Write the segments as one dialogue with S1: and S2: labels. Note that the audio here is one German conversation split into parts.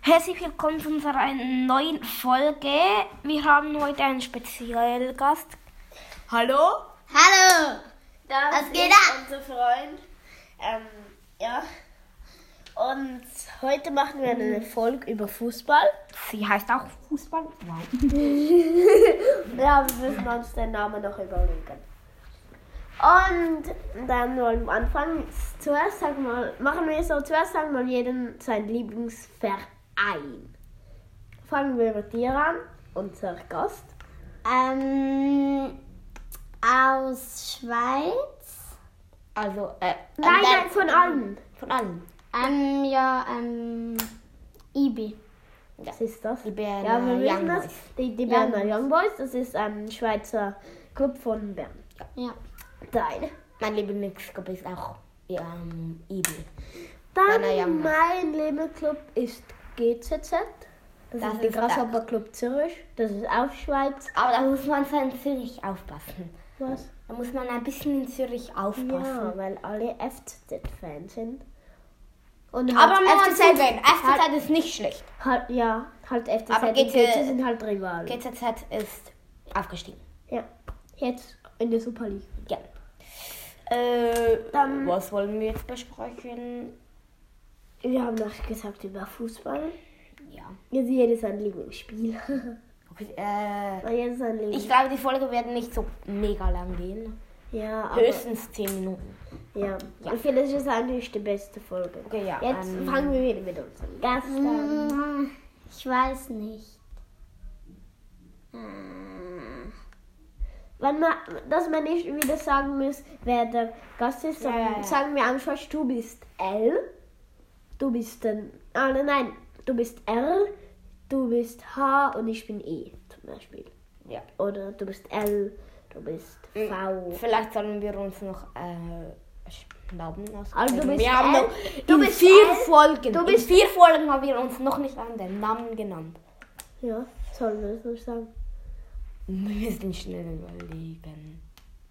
S1: Herzlich willkommen zu unserer neuen Folge. Wir haben heute einen speziellen Gast.
S2: Hallo,
S3: Hallo!
S2: das
S3: Was geht
S2: ist
S3: ab?
S2: unser Freund. Ähm, ja. Und heute machen wir eine Folge über Fußball.
S1: Sie heißt auch Fußball. Wow.
S2: Ja, wir müssen uns den Namen noch überlegen. Und dann wollen wir anfangen. Zuerst sagen wir, machen wir so, zuerst sagen wir jedem seinen Lieblingsverein. Fangen wir mit dir an, unser Gast.
S3: Ähm, aus Schweiz.
S1: Also, äh,
S2: Nein,
S3: dann-
S2: nein, von allen.
S1: von allen.
S3: Ähm, ja, ähm, IB.
S2: Was ist das?
S1: Die Berner
S2: ja, wir wissen
S1: Young
S2: das.
S1: Boys.
S2: Die, die
S3: Young
S2: Berner Young Boys, das ist ein Schweizer Club von Bern.
S3: Ja.
S2: Deine.
S1: Mein Lieblingsgruppe ist auch ähm, Ibel.
S2: Dann
S1: Berner Young Boys.
S2: mein Lieblingsclub ist GZZ.
S1: Das
S2: Das, ist der
S1: ist der-
S2: Grasshopper Club Zürich. Das ist auch Schweiz.
S1: Aber da muss man so in Zürich aufpassen.
S2: Was?
S1: Da muss man ein bisschen in Zürich
S2: Ja,
S1: aufpassen.
S2: weil alle FCZ-Fans sind. Und
S1: Aber
S2: halt
S1: man
S2: FCZ,
S1: FCZ ist nicht schlecht.
S2: halt, ja, halt FCZ
S1: Aber
S2: und
S1: GZ
S2: GZ sind halt Rivalen.
S1: GZZ ist aufgestiegen.
S2: Ja. Jetzt in der Super League.
S1: Ja. Äh,
S2: Dann-
S1: was wollen wir jetzt besprechen?
S2: Wir haben noch gesagt über Fußball.
S1: Ja.
S2: Jetzt jedes sein Lieblingsspiel.
S1: Okay, äh,
S2: Weil jetzt ist ein Leben.
S1: ich glaube, die Folge werden nicht so mega lang gehen.
S2: ja, aber,
S1: Höchstens 10 Minuten.
S2: ja. Und vielleicht ist es eigentlich die beste Folge.
S1: Okay, ja,
S2: Jetzt
S1: ähm,
S2: fangen wir wieder mit unserem Gast an.
S3: Hm, Ich weiß nicht. Hm,
S2: Wenn man, dass man nicht wieder sagen muss, wer der Gast ist, sondern
S1: ja, ja.
S2: sagen wir einfach, du bist L, du bist dann, ah, nein, nein, du bist R, du bist H und ich bin E zum Beispiel.
S1: Ja.
S2: Oder du bist L, du bist V.
S1: Hm, Vielleicht sollen wir uns noch äh, Namen ausdenken.
S2: Also du bist
S1: wir haben
S2: L,
S1: noch
S2: du
S1: in
S2: bist
S1: vier
S2: L,
S1: Folgen.
S2: du
S1: in
S2: bist-
S1: vier Folgen haben wir uns noch nicht an den Namen genannt.
S2: Ja, sollen wir das nicht sagen?
S1: Wir müssen schnell überlegen.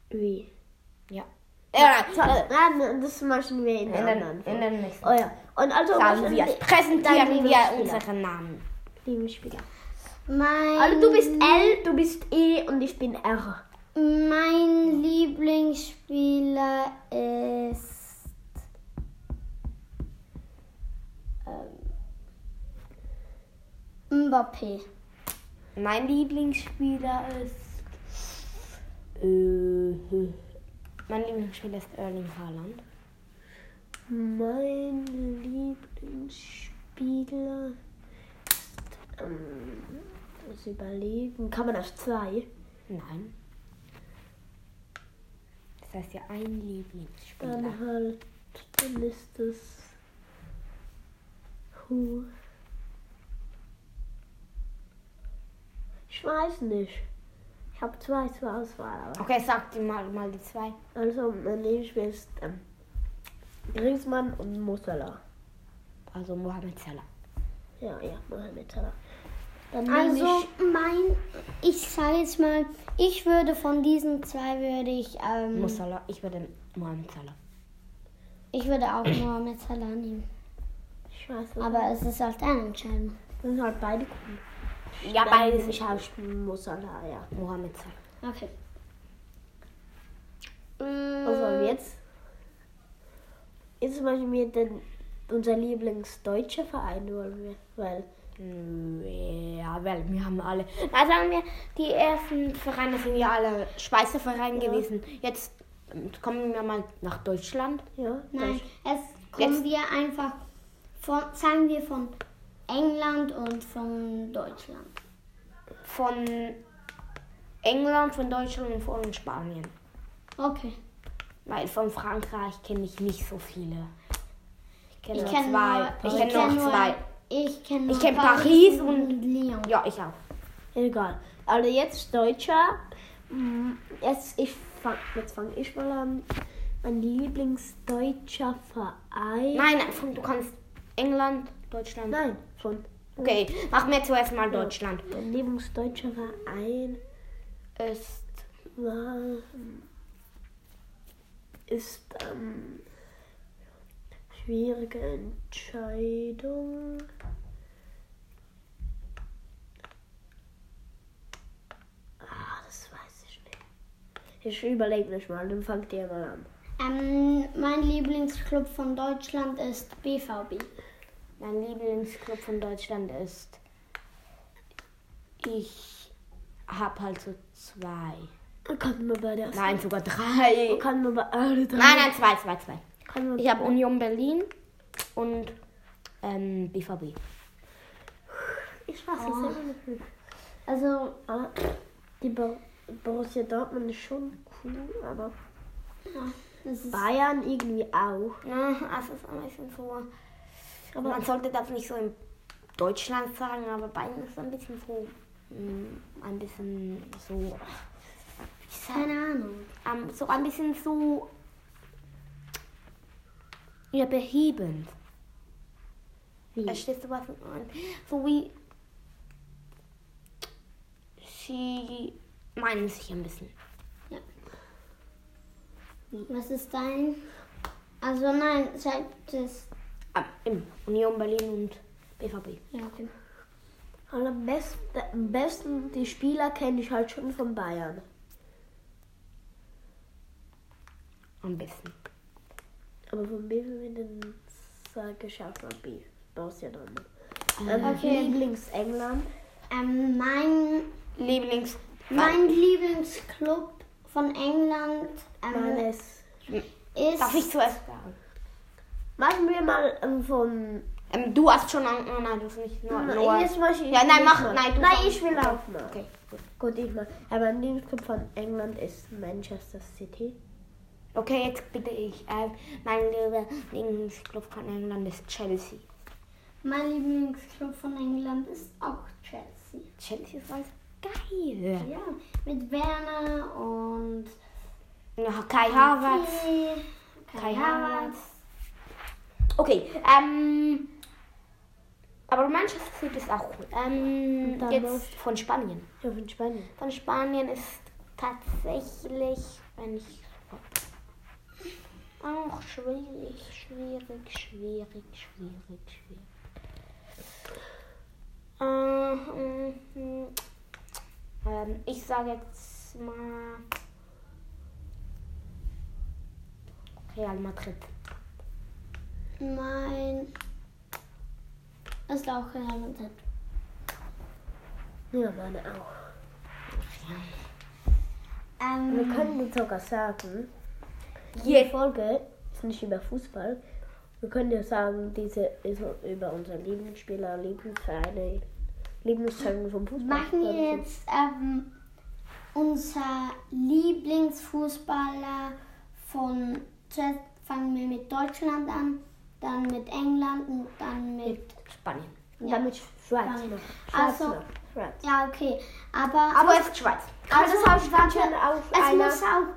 S2: Wie?
S1: Ja. Äh,
S2: So, nein, das machen wir in
S1: in,
S2: der
S1: den,
S2: anderen
S1: in
S2: Folge.
S1: den nächsten.
S2: Oh ja. Und also
S1: Sagen
S2: machen
S1: wir,
S2: die- deine
S1: präsentieren wir
S2: Lieblingsspieler.
S1: unseren Namen.
S2: Lieblingsspieler.
S3: Mein,
S2: Also du bist L, du bist E und ich bin R.
S3: mein Lieblingsspieler ist. Ähm, Mbappé.
S1: Mein Lieblingsspieler ist. Äh, hm. mein Lieblingsspieler ist Erling Haaland.
S2: Mein Lieblingsspieler ist, ähm, muss überlegen. Kann man auf zwei?
S1: Nein. Das heißt ja ein
S2: Dann
S1: Lieblingsspieler.
S2: halt, dann ist es. Huh. Ich weiß nicht. Ich habe zwei zur Auswahl. Aber
S1: Okay, sag dir mal, mal die zwei.
S2: Also, mein Lieblingsspiel ist ähm, Griezmann und Musala.
S1: Also Mohamed Salah.
S2: Ja, ja, Mohamed Salah. Dann
S3: Also
S2: nehme
S3: mein, ich sage jetzt mal, ich würde von diesen zwei würde ich, ähm,
S1: Muss Salah. Ich würde Mohamed Salah.
S3: ich würde auch Mohamed Salah nehmen.
S2: ich, ich weiß nicht.
S3: Aber es ist halt eine Entscheidung.
S2: das sind halt beide cool.
S1: Ja, beides.
S2: Ich habe Musala, ja.
S1: Mohamed Salah.
S3: Okay.
S2: Was wollen wir jetzt? Jetzt machen wir den, unser Lieblingsdeutscher Verein, wollen wir. Weil,
S1: Ja, weil wir haben alle. Na, sagen wir, die ersten Vereine sind ja alle Schweizer Vereine gewesen. Jetzt ähm, kommen wir mal nach Deutschland.
S2: ja,
S3: Nein,
S2: Deutsch-
S3: es
S1: Jetzt-
S3: kommen wir einfach von, sagen wir von England und von Deutschland.
S1: Von England, von Deutschland und von Spanien.
S3: Okay.
S1: Weil von Frankreich kenne ich nicht so viele. Ich kenne
S3: Ich
S1: nur
S3: kenne
S1: zwei.
S3: nur,
S1: ich kenne noch
S3: nur-
S1: zwei.
S3: Ich kenne nur
S1: Ich kenn
S3: Paris,
S1: Paris und-
S3: und Lyon.
S1: Ja, ich auch.
S2: egal. Also jetzt Deutscher. Mm, Jetzt, ich fang, jetzt fange ich mal an. Mein Lieblingsdeutscher Verein.
S1: Nein, nein, von- du kannst England, Deutschland.
S2: Nein, von
S1: Okay, mach mir zuerst mal Deutschland.
S2: der Lebensdeutscher Verein
S1: Ist.
S2: war, ist ähm, schwierige Entscheidung. Ah, Ich überlege mich mal, dann fangt ihr mal an.
S3: Ähm, mein Lieblingsclub von Deutschland ist BVB.
S1: Mein Lieblingsclub von Deutschland ist. Ich habe halt so zwei.
S2: Kann nur bei der
S1: Nein, sogar drei.
S2: Kann nur bei alle drei.
S1: Nein, nein, zwei, zwei, zwei.
S2: Kann nur
S1: Ich habe Union Berlin und ähm, BVB.
S2: ich weiß
S3: Oh.
S2: es nicht.
S3: Also,
S2: Aber die Bo Borussia Dortmund ist schon cool, aber
S3: das ist.
S2: Bayern irgendwie auch.
S1: Na, das ist ein bisschen so.
S2: Aber-
S1: man sollte das nicht so in Deutschland sagen, aber Bayern ist ein bisschen so. mm, Ein bisschen so. Ich sag,
S3: Keine Ahnung.
S1: ähm, so ein bisschen so. Ja, behebend.
S2: Wie?
S1: Verstehst du was? ich meine? So wie. Sie meinen sich ein bisschen.
S3: Was ist dein? Also nein, sagt es.
S1: Ah, im Union Berlin und BVB.
S3: Ja, okay.
S2: Und am besten, am besten die Spieler kenne ich halt schon von Bayern.
S1: Am besten.
S2: Aber von BVB dann sage ich auch mal B. Borussia Dortmund.
S1: Ähm,
S2: Ähm,
S3: Okay.
S2: Lieblings-England.
S3: Ähm, mein,
S1: Lieblings.
S3: mein Lieblingsclub von England ähm,
S2: Alles.
S3: ist.
S1: Darf ich zuerst sagen?
S2: Machen wir mal ähm, von.
S1: Ähm, du hast schon an. Oh nein, du hast nicht. Nur, nur.
S2: Jetzt mach Ah, ich
S1: Ja, nein,
S2: ich
S1: mach-
S2: mal.
S1: nein, du
S2: nein,
S1: fang-
S2: ich will auch mal.
S1: Okay, gut.
S2: Gut, ich mal. Aber mein Lieblingsclub von England ist Manchester City.
S1: Okay, jetzt bitte ich. Ähm, mein lieber Lieblingsclub von England ist Chelsea.
S3: Mein Lieblingsclub von England ist auch Chelsea.
S1: Chelsea ist alles geil.
S3: Ja, mit Werner und
S1: Ja. Kai Havertz.
S3: Kai,
S1: Kai
S3: Kai Havertz.
S1: Okay, ähm. Aber Manchester City ist auch cool. Ähm,
S2: Und dann
S1: jetzt
S2: läuft-
S1: von Spanien.
S2: Ja, von Spanien.
S1: Von Spanien ist tatsächlich, wenn ich. Auch schwierig, schwierig, schwierig, schwierig, schwierig. Ähm, mhm. ähm, ich sage jetzt mal Real Madrid.
S3: Mein ist auch Real Madrid.
S2: Ja, meine auch.
S3: Ähm,
S2: Wir können sogar sagen, Die
S1: Jetzt.
S2: Folge ist nicht über Fußball. Wir können ja sagen, diese ist über unsere Lieblingsspieler, Lieblingsvereine, Lieblingszeiten vom Fußball.
S3: machen wir jetzt ähm, unser Lieblingsfußballer von zuerst fangen wir mit Deutschland an, dann mit England und dann mit
S1: Spanien.
S2: Und damit Schweiz
S3: Spanien.
S2: noch. Schweiz
S3: Also-
S2: noch. Schweiz.
S3: ja okay, aber
S1: Aber es ist Schweiz.
S3: also,
S2: das habe ich ganz
S3: warte,
S2: schön auf
S3: es
S2: einer-
S3: muss auch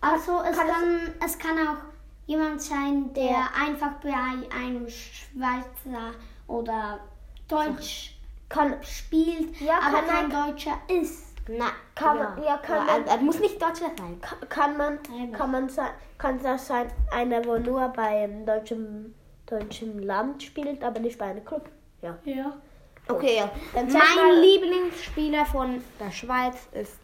S3: also es kann es kann auch jemand sein, der
S2: Ja.
S3: einfach bei einem Schweizer oder Deutsch
S2: Kann,
S3: spielt,
S2: Ja,
S3: aber
S2: kann
S3: kein Deutscher ist.
S1: Na, Also,
S2: Kann man- ja, kann
S1: Aber
S2: man-
S1: Er, er muss nicht Deutscher sein.
S2: ka- kann man, kann man sein, kann das sein, einer, wo nur bei einem deutschen, deutschen Land spielt, aber nicht bei einem Club. Ja.
S3: Ja.
S1: Okay, ja.
S2: Dann sag
S1: mein
S2: mal-
S1: Lieblingsspieler von der Schweiz ist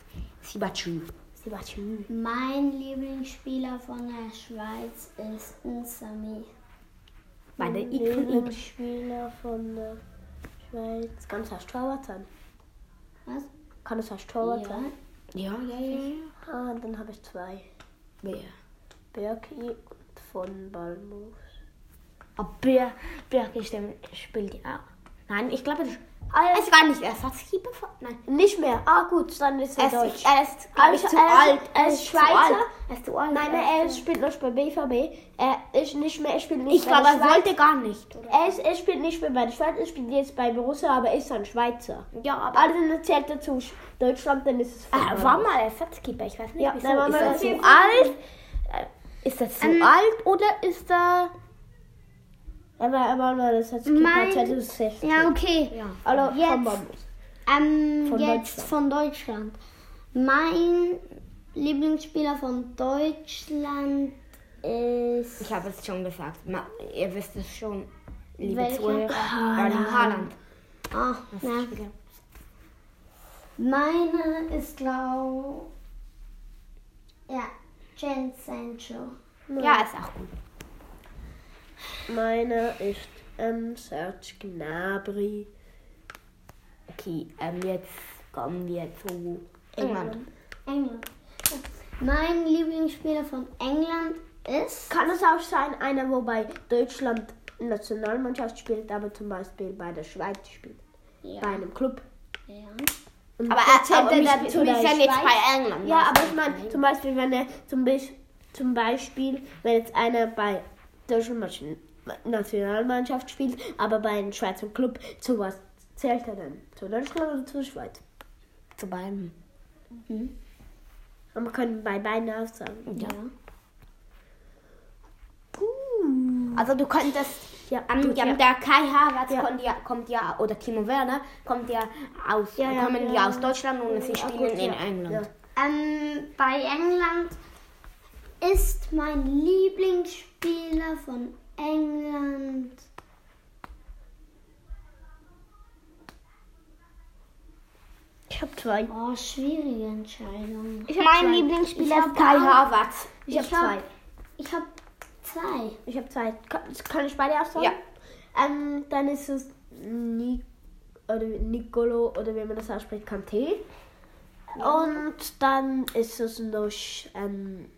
S1: Sibachu.
S2: Sie war schön.
S3: Mein Lieblingsspieler von der Schweiz ist Nsami.
S1: Meine I von I.
S2: Lieblingsspieler von der Schweiz. Kann es als Torwart sein?
S3: Was?
S2: Kann es als Torwart
S3: Ja.
S2: sein?
S1: Ja, ja, ja.
S2: Ah, dann habe ich zwei.
S1: Wer?
S2: Berki und von Balmus.
S1: Aber Ber Bergestein spielt ja auch. Nein, ich glaube, Ah, es war nicht Ersatzkeeper von. Nein.
S2: Nicht mehr. Ah, gut, dann ist
S1: Er
S2: er
S1: ist,
S2: deutsch.
S1: er ist, glaub
S2: Aber
S1: ich,
S2: ich-
S1: zu
S2: er ist-
S1: alt.
S2: er ist Schweizer.
S1: Zu alt. Er ist zu alt.
S2: Nein,
S1: er
S2: er
S1: ist,
S2: spielt noch bei BVB. Er ist nicht mehr, er spielt nicht
S1: ich
S2: bei
S1: glaube,
S2: der
S1: er
S2: Schweiz.
S1: wollte gar nicht. Oder?
S2: Er, ist, er spielt nicht mehr bei der Schweiz, er spielt jetzt bei Borussia, aber ist ein Schweizer.
S1: Ja, aber.
S2: Also dann zählt er zu Sch- Deutschland, dann ist es von
S1: Er war
S2: Balmus.
S1: mal Ersatzkeeper, ich weiß nicht.
S2: Ja,
S1: wieso.
S2: nein, war
S1: ist
S2: mal
S1: er zu
S2: Ersatzkeeper.
S1: alt? Äh, Ist er zu
S3: Ähm,
S1: alt oder ist er.
S2: Er war, er war mal das hat
S3: Mein-
S2: 2016.
S3: Ja, okay.
S1: Ja.
S2: Also von
S3: Jetzt.
S2: Balmus.
S3: Ähm,
S2: Von
S3: jetzt von Deutschland. Mein Lieblingsspieler von Deutschland ist.
S1: Ich habe es schon gesagt. Ma- Ihr wisst es schon, liebe
S3: Welcher?
S1: Zuhörer. Erling Haaland.
S3: Ah, na. Meine ist, glaube Ja, Jen Sancho.
S1: Ja, ist auch gut.
S2: Meiner ist ähm, Serge Gnabry.
S1: Okay, ähm, jetzt kommen wir zu England.
S3: England. Mein Lieblingsspieler von England ist.
S2: Kann es auch sein, einer, wobei Deutschland Nationalmannschaft spielt, aber zum Beispiel bei der Schweiz spielt,
S3: Ja.
S2: bei einem Club.
S3: ja.
S2: Und
S1: Aber
S2: das
S1: er
S2: zählt
S1: hätte
S2: nicht
S1: dazu
S2: zu der
S1: ist ja nicht
S2: Schweiz.
S1: bei England.
S2: Ja, aber ich meine, zum Beispiel, wenn er zum, Be zum Beispiel, wenn jetzt einer bei deutschen Maschen- Nationalmannschaft spielt, aber bei einem Schweizer Club, zu was zählt er denn? Zu Deutschland oder zur Schweiz?
S1: zu beiden.
S2: Und man kann bei beiden auch sagen.
S1: Ja.
S2: Uh.
S1: Also du könntest
S2: Ja,
S1: an,
S2: gut,
S1: ja,
S2: ja.
S1: der Kai Havertz
S2: Ja.
S1: kommt, ja, kommt ja oder Timo Werner kommt ja aus
S2: Ja, ja,
S1: kommen
S2: ja.
S1: ja aus Deutschland und sie
S2: Ja,
S1: spielen in
S2: gut, ja.
S1: England.
S2: Ja.
S3: Ähm, bei England ist mein Lieblingsspieler von England.
S2: Ich habe zwei.
S3: Oh, schwierige Entscheidung.
S2: Ich hab
S1: Mein
S2: zwei.
S1: Lieblingsspieler
S3: Ich
S1: ist Kai
S3: hab auch-
S1: Havertz.
S2: Ich habe
S3: Ich hab-
S2: zwei.
S3: Ich habe zwei.
S2: Ich habe zwei. Kann, kann ich beide auch sagen?
S1: Ja.
S2: Ähm, dann ist es Ni oder Nicolo oder wie man das ausspricht, Kanté. Und dann ist es noch, ähm,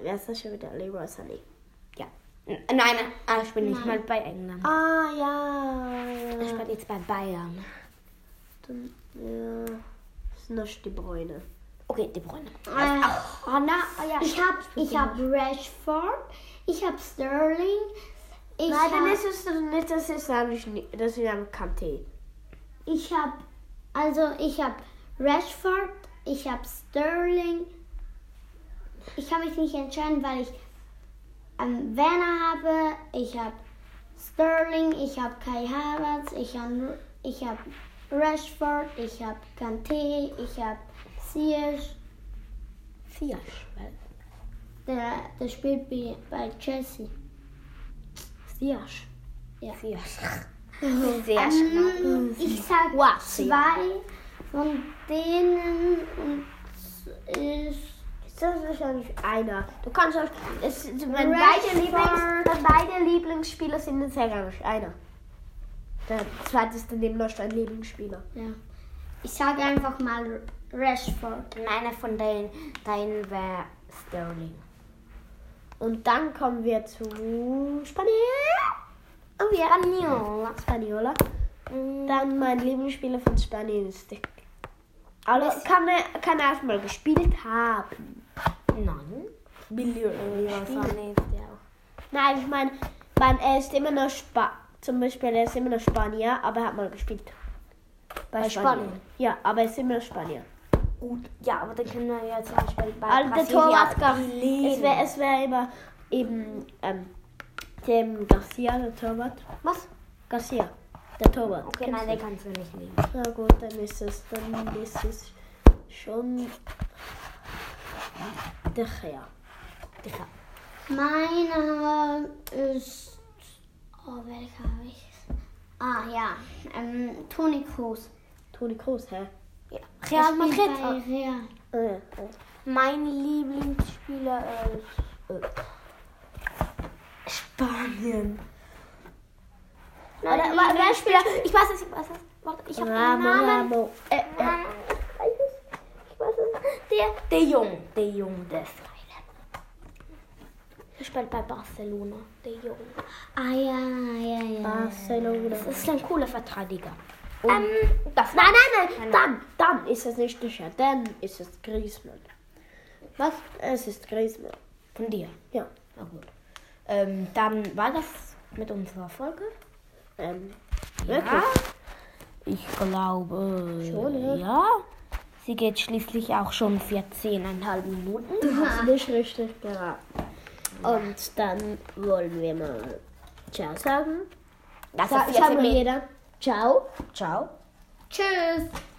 S2: wer ist das schon wieder? Leroy Sané.
S1: Ja. N- Nein, ah, ich bin nicht mal bei England.
S2: Ah, ja.
S1: Ich bin jetzt bei Bayern.
S2: Dann, ja. Ist noch die Bräune.
S1: Okay, die Bruyne.
S3: Äh,
S1: Oh, na, oh ja.
S3: ich habe ich hab Rashford. Ich habe Sterling. Ich
S2: Nein, dann
S3: hab-
S2: ist es nicht, das ist nämlich Ni- das ist nämlich Kanté.
S3: Ich habe, also ich habe Rashford, ich habe Sterling. Ich kann mich nicht entscheiden, weil ich ähm, Werner habe, ich habe Sterling, ich habe Kai Havertz, ich habe ich hab Rashford, ich habe Kanté, ich habe Ziyech,
S1: Vier.
S3: der, der spielt bei, bei Chelsea.
S2: Siasch.
S1: Vier. Sehr schnell.
S3: Ähm, ich sag zwei von denen und es ist
S2: Das ist wahrscheinlich einer. Du kannst auch. Es, wenn,
S3: Rashford.
S2: beide Lieblings, wenn beide Lieblingsspieler sind, dann sag ich einer. Der zweite ist daneben noch ein Lieblingsspieler.
S3: Ja. Ich sage einfach mal Rashford.
S1: Meiner von deinen, deinen wäre Sterling.
S2: Und dann kommen wir zu Spanien.
S1: Oh ja, Neil.
S2: Spaniola. Dann mein Lieblingsspieler von Spanien ist Dick. Aber kann er, kann er erstmal gespielt haben.
S1: Nein. Billy Leroy Sané ist der auch.
S2: Nein, ich meine, mein, er ist immer noch Spa zum Beispiel, er ist immer noch Spanier, aber er hat mal gespielt.
S1: Bei Spanien.
S2: Ja, aber er ist immer noch Spanier.
S1: Gut, ja, aber dann können wir ja zum Beispiel bei
S2: Also der
S1: Ah, Brasilien
S2: Torwart gab
S1: Brasilien.
S2: es wäre es wär immer eben ähm, dem Garcia, der Torwart.
S1: Was?
S2: Garcia, der Torwart.
S1: Okay, nein, den kannst du nicht nehmen.
S2: Na gut, dann ist es, dann ist es schon der Gea.
S1: Dicker.
S3: Meiner ist. Oh, welcher habe ich? Ah, ja. Ähm, Toni Kroos.
S2: Toni Kroos, hä?
S1: Ja.
S3: Der
S1: Real
S3: spielt bei
S1: Madrid. Oh,
S3: Real.
S2: Äh, äh.
S1: Mein Lieblingsspieler ist äh, Spanien. Nein,
S2: Oder-
S1: wa- wer spielt? Ich weiß es, ich weiß es. Warte, ich habe den
S2: Ramo,
S1: Namen.
S2: Ramo. Äh, äh.
S1: Nein, ich weiß es. Ich weiß es. Der, der Jung, der Jung, der ist geil. Er spielt bei Barcelona, der Jung.
S3: Ah, ja, ja, ja.
S2: Barcelona.
S1: Das ist ein cooler Verteidiger. ähm, das
S2: Nein, nein, nein, dann, dann ist es nicht sicher, dann ist es Griezmann. Was? Es ist Griezmann.
S1: Von dir.
S2: Ja.
S1: Na gut. Ähm, dann war das mit unserer Folge.
S2: Ähm,
S1: Ja.
S2: wirklich?
S1: Ich glaube.
S2: Schon, ne? ja.
S1: ja. Sie geht schließlich auch schon 14,5 Minuten.
S2: Du hast nicht richtig geraten. Und dann wollen wir mal Ciao sagen.
S1: Das
S2: Sa-
S1: ist
S2: Sag
S1: Also jetzt
S2: mal
S1: mit.
S2: jeder. Ciao.
S1: Ciao.
S3: Tschüss.